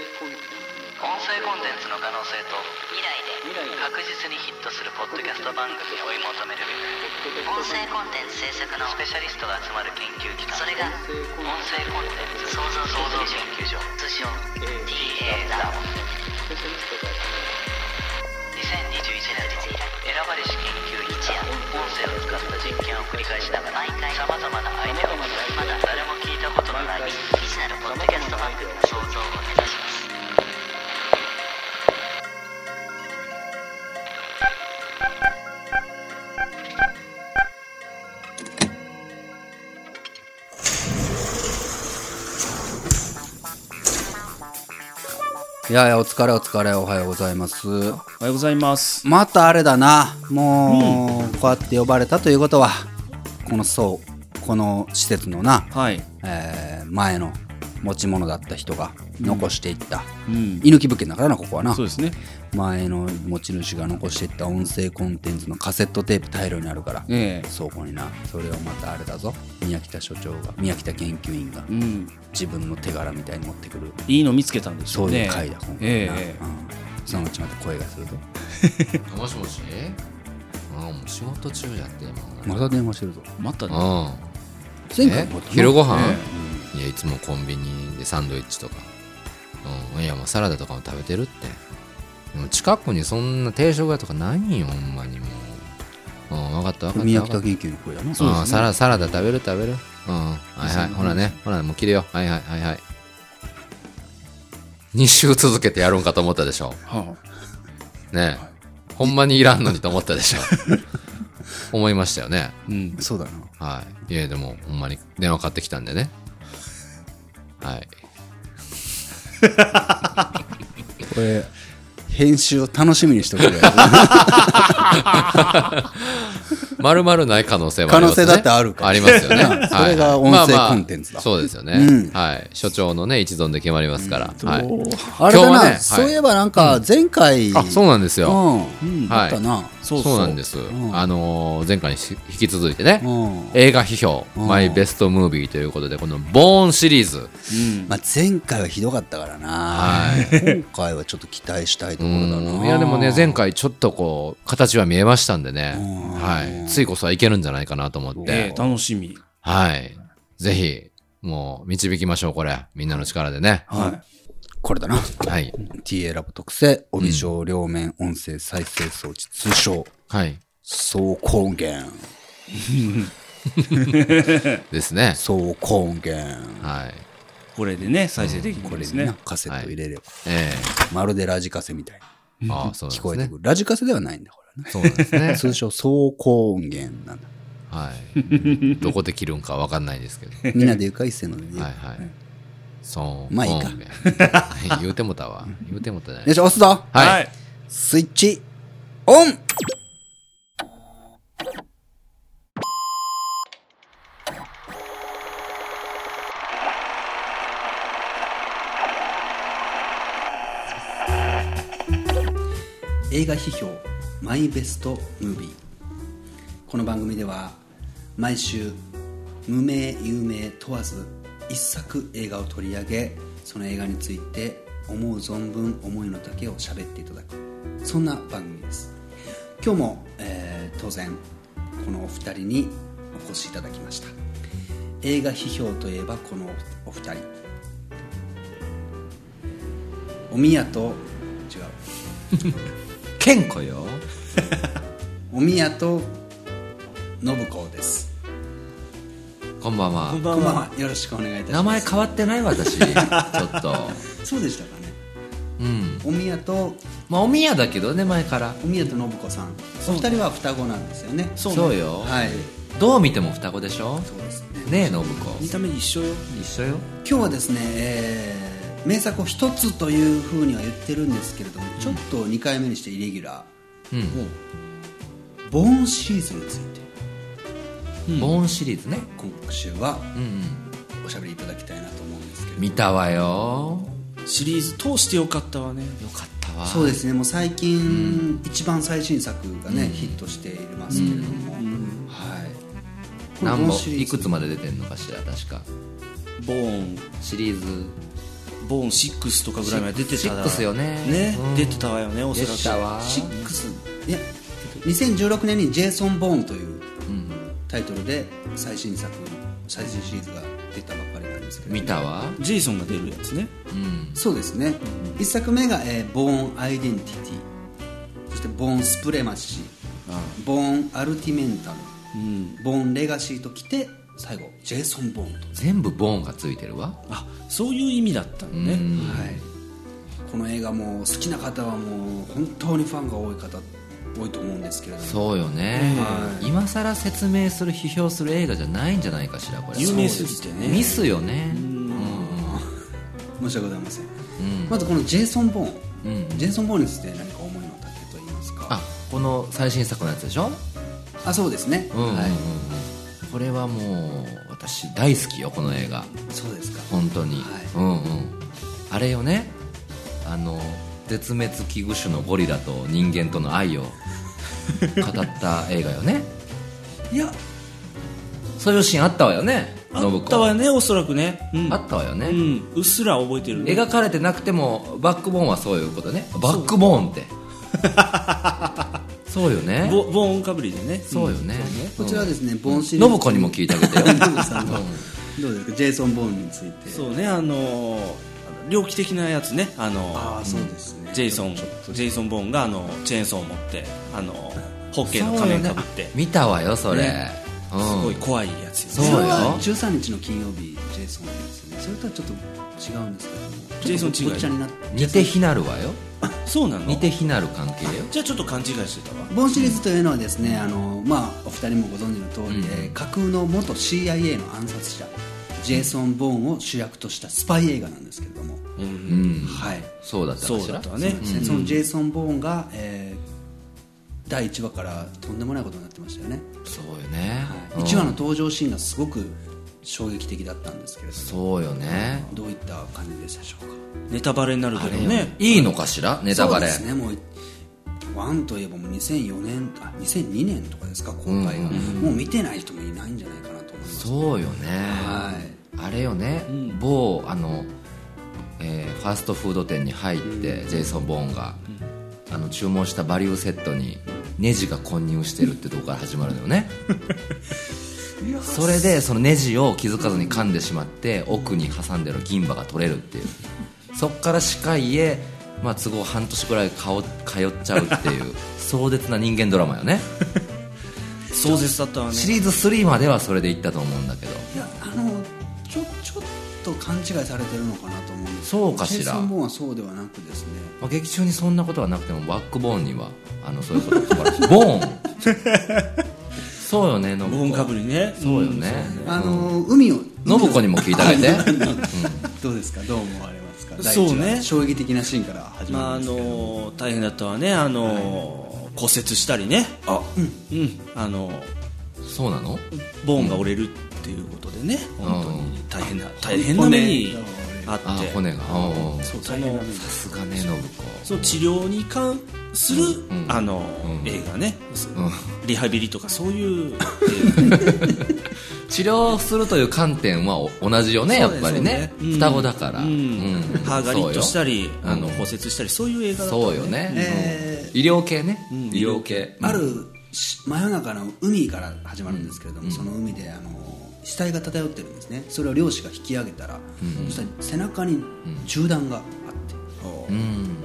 音声コンテンツの可能性と未来で確実にヒットするポッドキャスト番組を追い求める音声コンテンツ制作のスペシャリストが集まる研究機関それが音声コンテンツ創造創造研究所通称 TA ラボ2021年の選ばれし研究一夜音声を使った実験を繰り返しながら毎回さまざまなアイデアを出しまだ誰も聞いたことのない未知なるポッドキャスト番組の創造を目指しますいやいや、お疲れお疲れ、おはようございます。おはようございます。またあれだな、もう、こうやって呼ばれたということは、この層、この施設のな、はい。えー前の持ち物だった人が残していった、うん。犬木物件だからな、ここはなそう。ですね。前の持ち主が残していった音声コンテンツのカセットテープ大量にあるから、ええ倉庫にな、それをまたあれだぞ、宮北所長が、宮北研究員が、うん。自分の手柄みたいに持ってくるいいの見つけたんですそよういね。う回だ、今回な、ええうんそのうちまた声がするともしもしああもう仕事中やって今また電話してるぞまたね。あ前え回も昼ご飯、えいやいつもコンビニでサンドイッチとかうんいやもうサラダとかも食べてるってでも近くにそんな定食屋とかないんよほんまにもううん分かった分かった宮分か北った研究の声だなそうですねんサラサラダ食べる食べるうんはいはいほらねほらもう切れよはいはいはいはい2週続けてやるんかと思ったでしょはねえほんまにいらんのにと思ったでしょ 思いましたよねあ。うん。そうだなはい。いや、でも、ほんまに電話買ってきたんでね。はい。これ編集を楽しみにしておくれ まるまるない可能性もあります可ね。能性だってあるからありますよね。は いそれが音声コンテンツだまあまあそうですよね、うんはい。所長のね、一存で決まりますから。はい。あれだ今日はなねそういえばなんか前回あ、そうなんですよ。うんはあいったなそうなんです。うんあのー前回にし引き続いてね、うん映画批評、うんマイベストムービーということで、このボーンシリーズ。うん。まあ前回はひどかったからなはい。今回はちょっと期待したいところだうんないやでもね前回ちょっとこう形は見えましたんでねうん、はい、ついこそはいけるんじゃないかなと思って、ええ楽しみ。はい。ぜひ、もう、導きましょう、これ。みんなの力でね。はこれだなはい。 TA ラボ特製帯状両面音声再生装置通称はい。総根源ですね。総根源はい。い。これでね、再生できるこんれですでなね。カセット入れればえまるでラジカセみたいえああ、そうになん聞こでえすてねく。るラジカセではないんだこれねそうなんですね。通称総根源 なんだはい。どこで切るんかわかんないですけど。みんなで言うか一斉ので言うはいはい。そう。まあいいかポンで。 言うてもたわ。言うてもたじゃないよ。し押すぞはい。い。スイッチオン映画批評マイベストムービーこの番組では毎週無名有名問わず一作映画を取り上げその映画について思う存分思いの丈を喋っていただくそんな番組です今日も、えー当然このお二人にお越しいただきました映画批評といえばこのお二人おみやと違うケンコよ。おみやと信子ですこんばんは。こんばんはよろしくお願いいたします名前変わってない私。ちょっと。そうでしたかねうん。おみやとまあ、おみやだけどね、前から。おみやと信子さんお二人は双子なんですよねそう,、よ、はいどう見ても双子でしょそうですねねえ、信子。見た目一緒よ。一緒よ。今日はですね、えー名作を一つというふうには言ってるんですけれどもちょっと2回目にしてイレギュラうん。ーを、ボーンシリーズについてボーンシリーズね。今週はうんうん。おしゃべりいただきたいなと思うんですけれども見たわよ。シリーズ通してよかったわね。よかったわ。そうですねもう最近、一番最新作がね、ヒットしていますけれども、はいこのボー何ン本シリーズいくつまで出てんのかしら、確か。ボーン、シリーズ。ボーン6とかぐらいまで出てたら6よねね、うん出てたわよねおそらく出たわシックスいや2016年にジェイソン・ボーンというタイトルで最新作最新シリーズが出たばっかりなんですけど見たわジェイソンが出るやつねうんそうですね、一作目が、えーボーン・アイデンティティそしてボーン・スプレマシーボーン・アルティメンタル、ボーン・レガシーときて最後ジェイソン・ボーンと、全部ボーンがついてるわあそういう意味だったのね、はい、この映画も好きな方はもう本当にファンが多い方多いと思うんですけれどもそうよね、今さら説明する批評する映画じゃないんじゃないかしらこれ有名すぎてねミスよね申し訳ございません、まずこのジェイソン・ボーン、ジェイソン・ボーンについて何か思いの丈と言いますかあこの最新作のやつでしょあそうですね、うんうんうん、はいこれはもう私大好きよこの映画そうですか本当に、はいうんうんあれよねあの絶滅危惧種のゴリラと人間との愛を語った映画よねいやそういうシーンあったわよねあったわよねおそらくね、うん、あったわよね、うん、うっすら覚えてるね描かれてなくてもバックボーンはそういうことねバックボーンってそうよねボボーンかぶりでねそうよねこちらはですね、ボーンシリーズ信子にも聞いてあげてよノブさん はどうですかジェイソン・ボーンについてそうねあのー猟奇的なやつねあのーああそうですね、ジェイソちンジょっとェイソン・ボーンがあのチェーンソーを持ってあ のホッケーのそう仮よ面ねかぶって、見たわよそれ、ねうんすごい怖いやつそうよよね13日の金曜日ジェイソンですねそれとはちょっと違うんですけどもジェイソン違いごっちゃになって似て非なるわよそうなの似て非なる関係よじゃあちょっと勘違いしてたわボーンシリーズというのはですね、あのまあ、お二人もご存知の通りで、うん架空の元 CIA の暗殺者ジェイソン・ボーンを主役としたスパイ映画なんですけれども、うんはいそうだったかそうしだらったわねそのジェイソン・ボーンが、えー第1話からとんでもないことになってましたよね、そうよね、うん1話の登場シーンがすごく衝撃的だったんですけれどもそうよねどういった感じでしたでしょうかネタバレになるけどねいいのかしらネタバレそうですねもうワンといえばもう2004年あ2002年とかですか公開が、もう見てない人もいないんじゃないかなと思いますそうよね、はいあれよね、某あの、えーファーストフード店に入って、ジェイソン・ボーンが、あの注文したバリューセットにネジが混入してるってとこから始まるのよねそれでそのネジを気づかずに噛んでしまって奥に挟んでる銀歯が取れるっていうそっから歯科医へ、まあ、都合半年くらい顔通っちゃうっていう 壮絶な人間ドラマよね壮絶だったわねシリーズ3まではそれでいったと思うんだけどいやあのちょちょっと勘違いされてるのかなと思うんですそうかしジらェイソン・ボーンはそうではなくですねまあ、劇中にそんなことはなくてもバックボーンにはあのそういうことが素晴らしいボー ンそうよねボーンかぶりりねそうよねあの海を信子にも聞いてあげてどうですかどう思われますかそうね第一話衝撃的なシーンから始ままるああんですけど、のー大変だったわねあのー骨折したりねあうん、あのーそうなのボーンが折れるっていうことでね、本当に大変な大変な骨目にああって骨がうんうんさそうそのすがね信子その治療に関する、あの、映画ね、リハビリとかそういう映画ね治療するという観点はお同じよねやっぱそうだりねよね双子だから、うんうん歯がりっとしたり、そうよあのうん骨折したりそういう映画だったそうよね、えうん医療系ね、医療系あるし真夜中の海から始まるんですけれども、その海であの死体が漂ってるんですねそれを漁師が引き上げたら、そしたら背中に銃弾があっ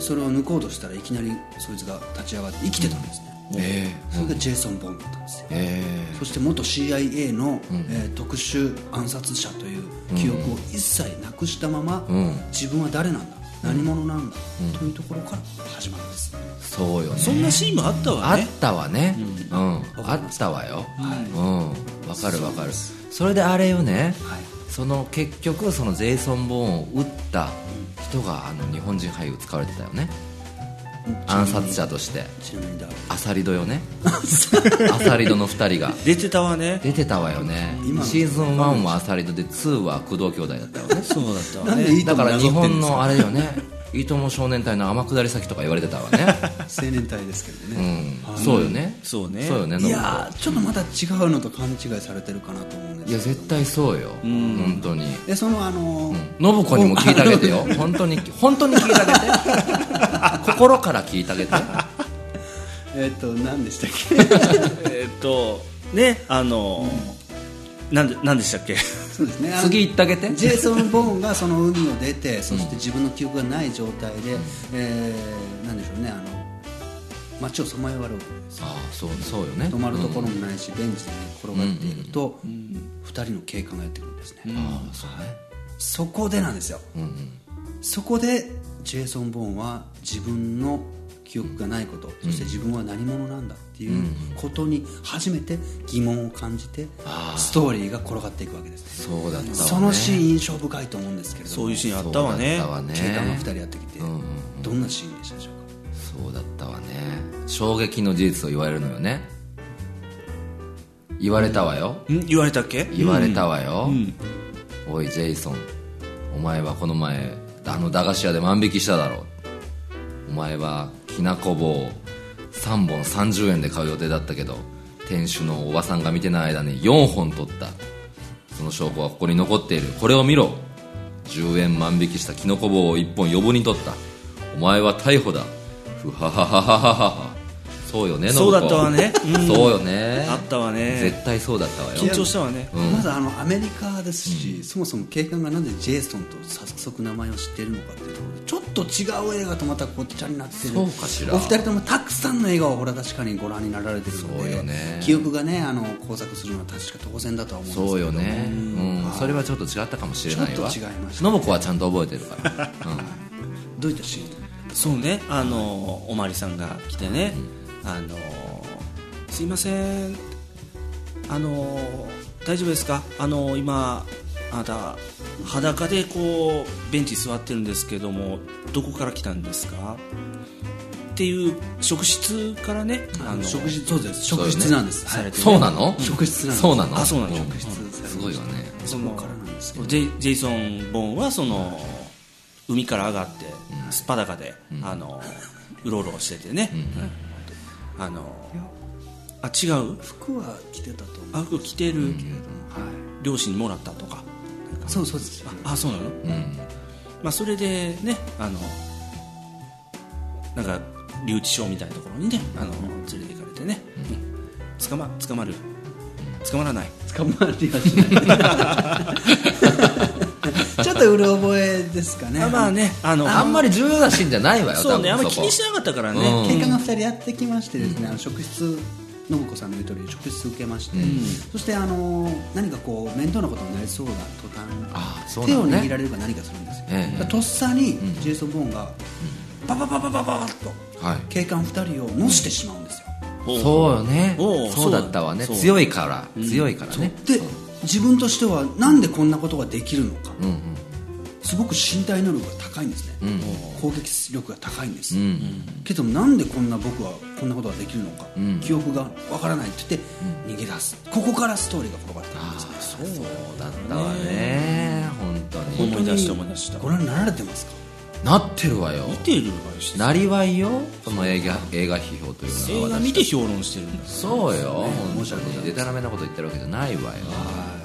て、それを抜こうとしたらいきなりそいつが立ち上がって生きてたんですね、えそれがジェイソン・ボーンだったんですよ、ええそして元 CIA の、えー特殊暗殺者という記憶を一切なくしたまま、ん自分は誰なんだ何者なんだ、というところから始まるんです、えそうよねそんなシーンもあったわあっねたわね、うんあったわよ、うんわかるわかるそれであれよね、はいその結局そのジェイソン・ボーンを撃った人があの日本人俳優使われてたよね暗殺者としてちなみに誰アサリドよねアサリドの2人が出てたわね出てたわよね今のシーズン1はアサリドで2は工藤兄弟だったよねそうだったわなんねでいいとだもからなぞ日ってん本ですかのあれよねいとも少年隊の天下り先とか言われてたわね、青年隊ですけどうね、んは、いそうよねそうねそうよねい信子やーちょっとまた違うのと勘違いされてるかなと思うんですいけやど絶対そうよ、本当にでそのあのー信子にも聞いてあげ てよ本当に本当に聞いてあげて心から聞いてあげてえっと何でしたっけ えーっとねあの、なんでなんでしたっけそうですねあの次言ってあげてジェイソン・ボーンがその海を出てそして自分の記憶がない状態で、えーなんでしょうねあの街をさまよわれるわけですよああそうそうよね泊まるところもないし、ベンチで転がっていると、二2人の警官がやってくるんですね、ああそうねそこでなんですよ、そこでジェイソン・ボーンは自分の記憶がないこと、そして自分は何者なんだっていうことに初めて疑問を感じて、ストーリーが転がっていくわけです、そうだったわねそのシーン印象深いと思うんですけれどもそういうシーンあったわねそうだったわね警官が2人やってきて、どんなシーンでしたでしょうかそうだったわね衝撃の事実を言われるのよね言われたわよ、ん言われたっけ言われたわよ、おいジェイソンお前はこの前あの駄菓子屋で万引きしただろお前はきなこ棒を3本30円で買う予定だったけど店主のおばさんが見てない間に4本取ったその証拠はここに残っているこれを見ろ10円万引きしたキノコ棒を1本余分に取ったお前は逮捕だふははははははそうよねそうだったわ信ね子そうよねあったわね絶対そうだったわよ緊張したわねまずあのアメリカですし、そもそも警官がなぜジェイソンと早速名前を知っているのかっていうところでちょっと違う映画とまたこっちゃになってるそうかしらお二人ともたくさんの映画をほら確かにご覧になられてるのそうで、よね記憶がねあの交錯するのは確か当然だとは思うんですけどそうよね、うん、それはちょっと違ったかもしれないわちょっと違いました信子はちゃんと覚えてるから、うん、どういったシーンそうねあのおまりさんが来てね「あのすいませんあの大丈夫ですかあの今あなた裸でこうベンチ座ってるんですけどもどこから来たんですか?」っていう職質からねああのの職質そうですそうよ職ね質なんです、されてねそうなの職質なんですそうなのあそうなのん職質されてすごいわねそのからなんですけジェジェイソン・ボーンはその海から上がってすっぱだかで、あのうろうろしててね、あのあ違う服は着てたと思うあ服着てる、は両親にもらったとかいそうそうですあそうなの、うんまあ、それでねあのなんか留置所みたいなところにねあの連れて行かれてね、捕ま捕まる捕まらない捕まりはしない ちょっとうる覚えですかねあまあねあのあんまり重要なシーンじゃないわよそうねあ多んまり分気こにしなかったからね、うん警官が2人やってきましてですね、あの職質信子さんの言う通り職質受けまして、そしてあの何かこう面倒なことになりそうな途端あそうな手のをね握られるか何かするんですよ、ええだからとっさにジェイソン・ボーンがパパパパパパッとはい警官2人をのしてしまうんですよ、そうよねおうそうだったわねそう強いから、強いからねで自分としてはなんでこんなことができるのか、うんすごく身体能力が高いんですね、ん攻撃力が高いんです、うんうんけどなんでこんな僕はこんなことができるのか、うん記憶がわからないって言って逃げ出す、ここからストーリーが転がっていくんですねそうだったわね本当に思い出した思い出したご覧になられてますかなってるわよ見てるわよしてなりわいよその映画映画批評という映のは画私見て評論してるんだそうよ、申本し訳ござい当ませんにでたらめなこと言ってるわけじゃないわよ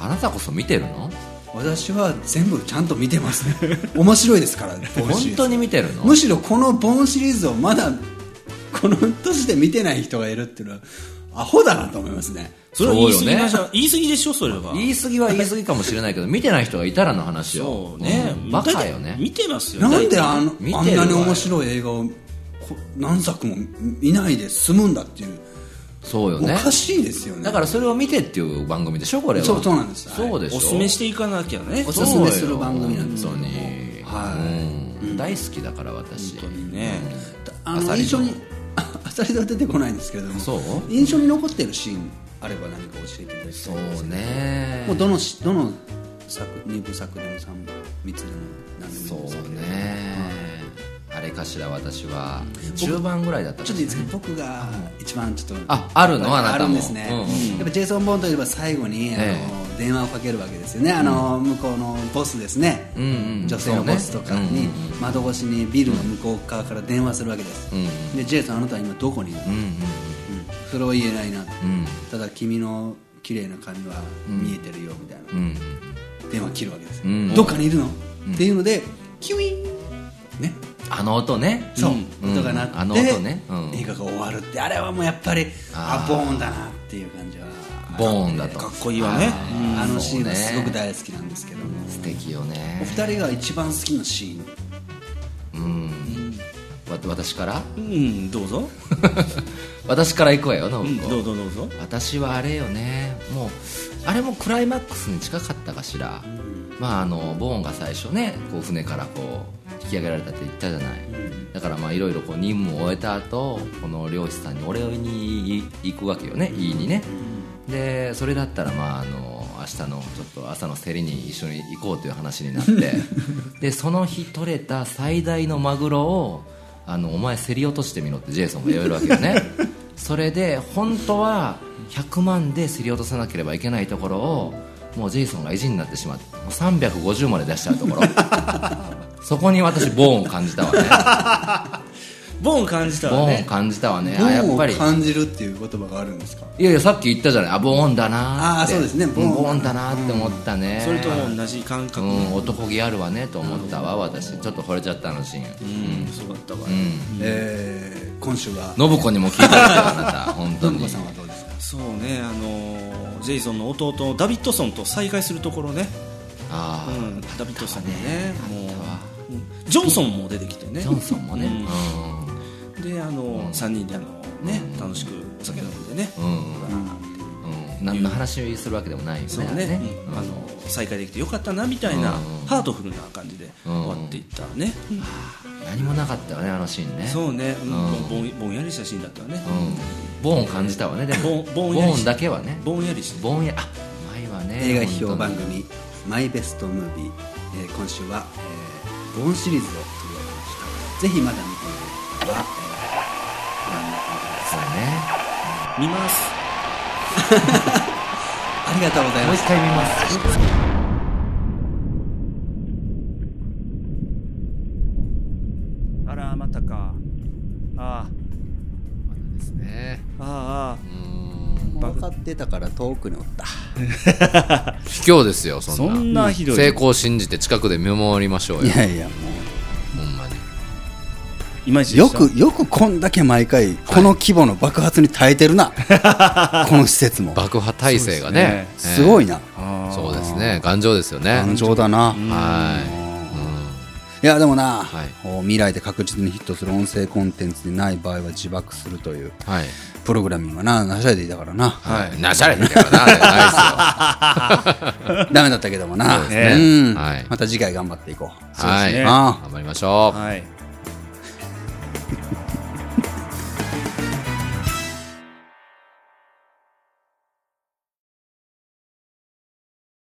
あなたこそ見てるの私は全部ちゃんと見てますね 面白いですから本本当に見てるのむしろこのボンシリーズをまだこの年で見てない人がいるっていうのはアホだなと思いますねそれは言い過ぎそうよねなしゃ言い過ぎでしょそれは言い過ぎは言い過ぎかもしれないけど見てない人がいたらの話そようね、んバカよ大体ね見てますよなんであの見てるわあんなに面白い映画をこ何作も見ないで済むんだっていうそうよおねかしいですよねだからそれを見てっていう番組でしょこれはそうそうなんですはいそうでしょおすすめしていかなきゃねおすすめする番組なんですけどもそうよ本当にうん大好きだから私本当にね、あアサのリの印象に アサリでは出てこないんですけれどもそう印象に残ってるシーンあれば何か教えていただきたそいんですうけどねもうどのしどの作2部作でも3部3つでも何でもいいそんですけうどねあれかしら私は10番ぐらいだったかちょっといいですか僕が一番ちょっとああるのあなたもあるんですね、うんうんやっぱジェイソン・ボーンといえば最後にあの、ええ出電話をかけるわけですよね、あの向こうのボスですね、うんうん女性のボスとかにそうねうんうん窓越しにビルの向こう側から電話するわけです、うんで J さんあなたは今どこにいるの、うんうんそれは言えないな、うんただ君の綺麗な髪は見えてるよみたいな、うんうん電話切るわけです、うんどっかにいるの、っていうのでキュイーンねあの音ねそう、うん音が鳴って、あの音ねうん映画が終わるってあれはもうやっぱりああーボーンだなっていう感じはボーンだとかっこいいわねああのシーンはそうすねごく大好きなんですけども、素敵よねお二人が一番好きなシーンうんわ私からうんどうぞ私から行こうよう信 ん子、どうぞどうぞ私はあれよねもうあれもクライマックスに近かったかしら、まああのボーンが最初ねこう船からこう引き上げられたって言ったじゃない、だからまあいろいろこう任務を終えた後この漁師さんにお礼に行くわけよね言いにね、でそれだったらまああの明日のちょっと朝の競りに一緒に行こうという話になって でその日取れた最大のマグロをあのお前競り落としてみろってジェイソンが言えるわけよ ねそれで本当は100万で競り落とさなければいけないところをもうジェイソンが意地になってしまってもう350まで出しちゃう ところそこに私ボーンを感じたわねボーン感じたわボーンをね感じたわねボあやーっンぱりを感じるっていう言葉があるんですかいやいやさっき言ったじゃないあボーンだなーってあーそうですねボボーーンンだなーって思ったね、それとも同じ感覚うん、男気あるわねと思ったわ私ちょっと惚れちゃったあのシーンうんそうだったわえー今週は信子にも聞いたでしょあなた本当信に子さんはどうですかそうねあのジェイソンの弟のダビッドソンと再会するところねあうあ、んダビッドソンもねもあううんジョンソンも出てきてねジョンソンもねうんであの3人であのね楽しくお酒飲んでねうんうんうん、うん、何の話するわけでもないよねそうあれねうんうんあの再会できてよかったなみたいなうんハートフルな感じで終わっていったね何もなかったよねあのシーンねそうねうんうんぼんぼんやりしたシーンだったわねうん、ボーンを感じたわねでボーもンボボーンやりーンだけはねぼんやりしてボーンやあうまいわね映画批評番本組「マイベストムービー」えー今週は、えーボーンシリーズを取り上げましたぜひまだ見ていない方は、えーご覧になってみてくだ当さにそうね見ますい ありがとうございもまうし一た回見ますあらまたかあまだですねあああうん分かってたから遠くにおった卑怯ですよそんなそんなひどい成功を信じて近くで見守りましょういよやいやもほんまにいまいちうよくよくこんだけ毎回この規模の爆発に耐えてる な、この施設も爆破体制がねすごいいなそうですね頑丈ですよね頑丈だな、いはいやでもな、はいこう未来で確実にヒットする音声コンテンツでない場合は自爆するといううんはいプログラミングはななしゃれでいたから な、はいなしゃれみたいななないダメだったけどもな、そうですねうんは いまた次回頑張っ張っていこうですよはいね頑ああ張りましょうはい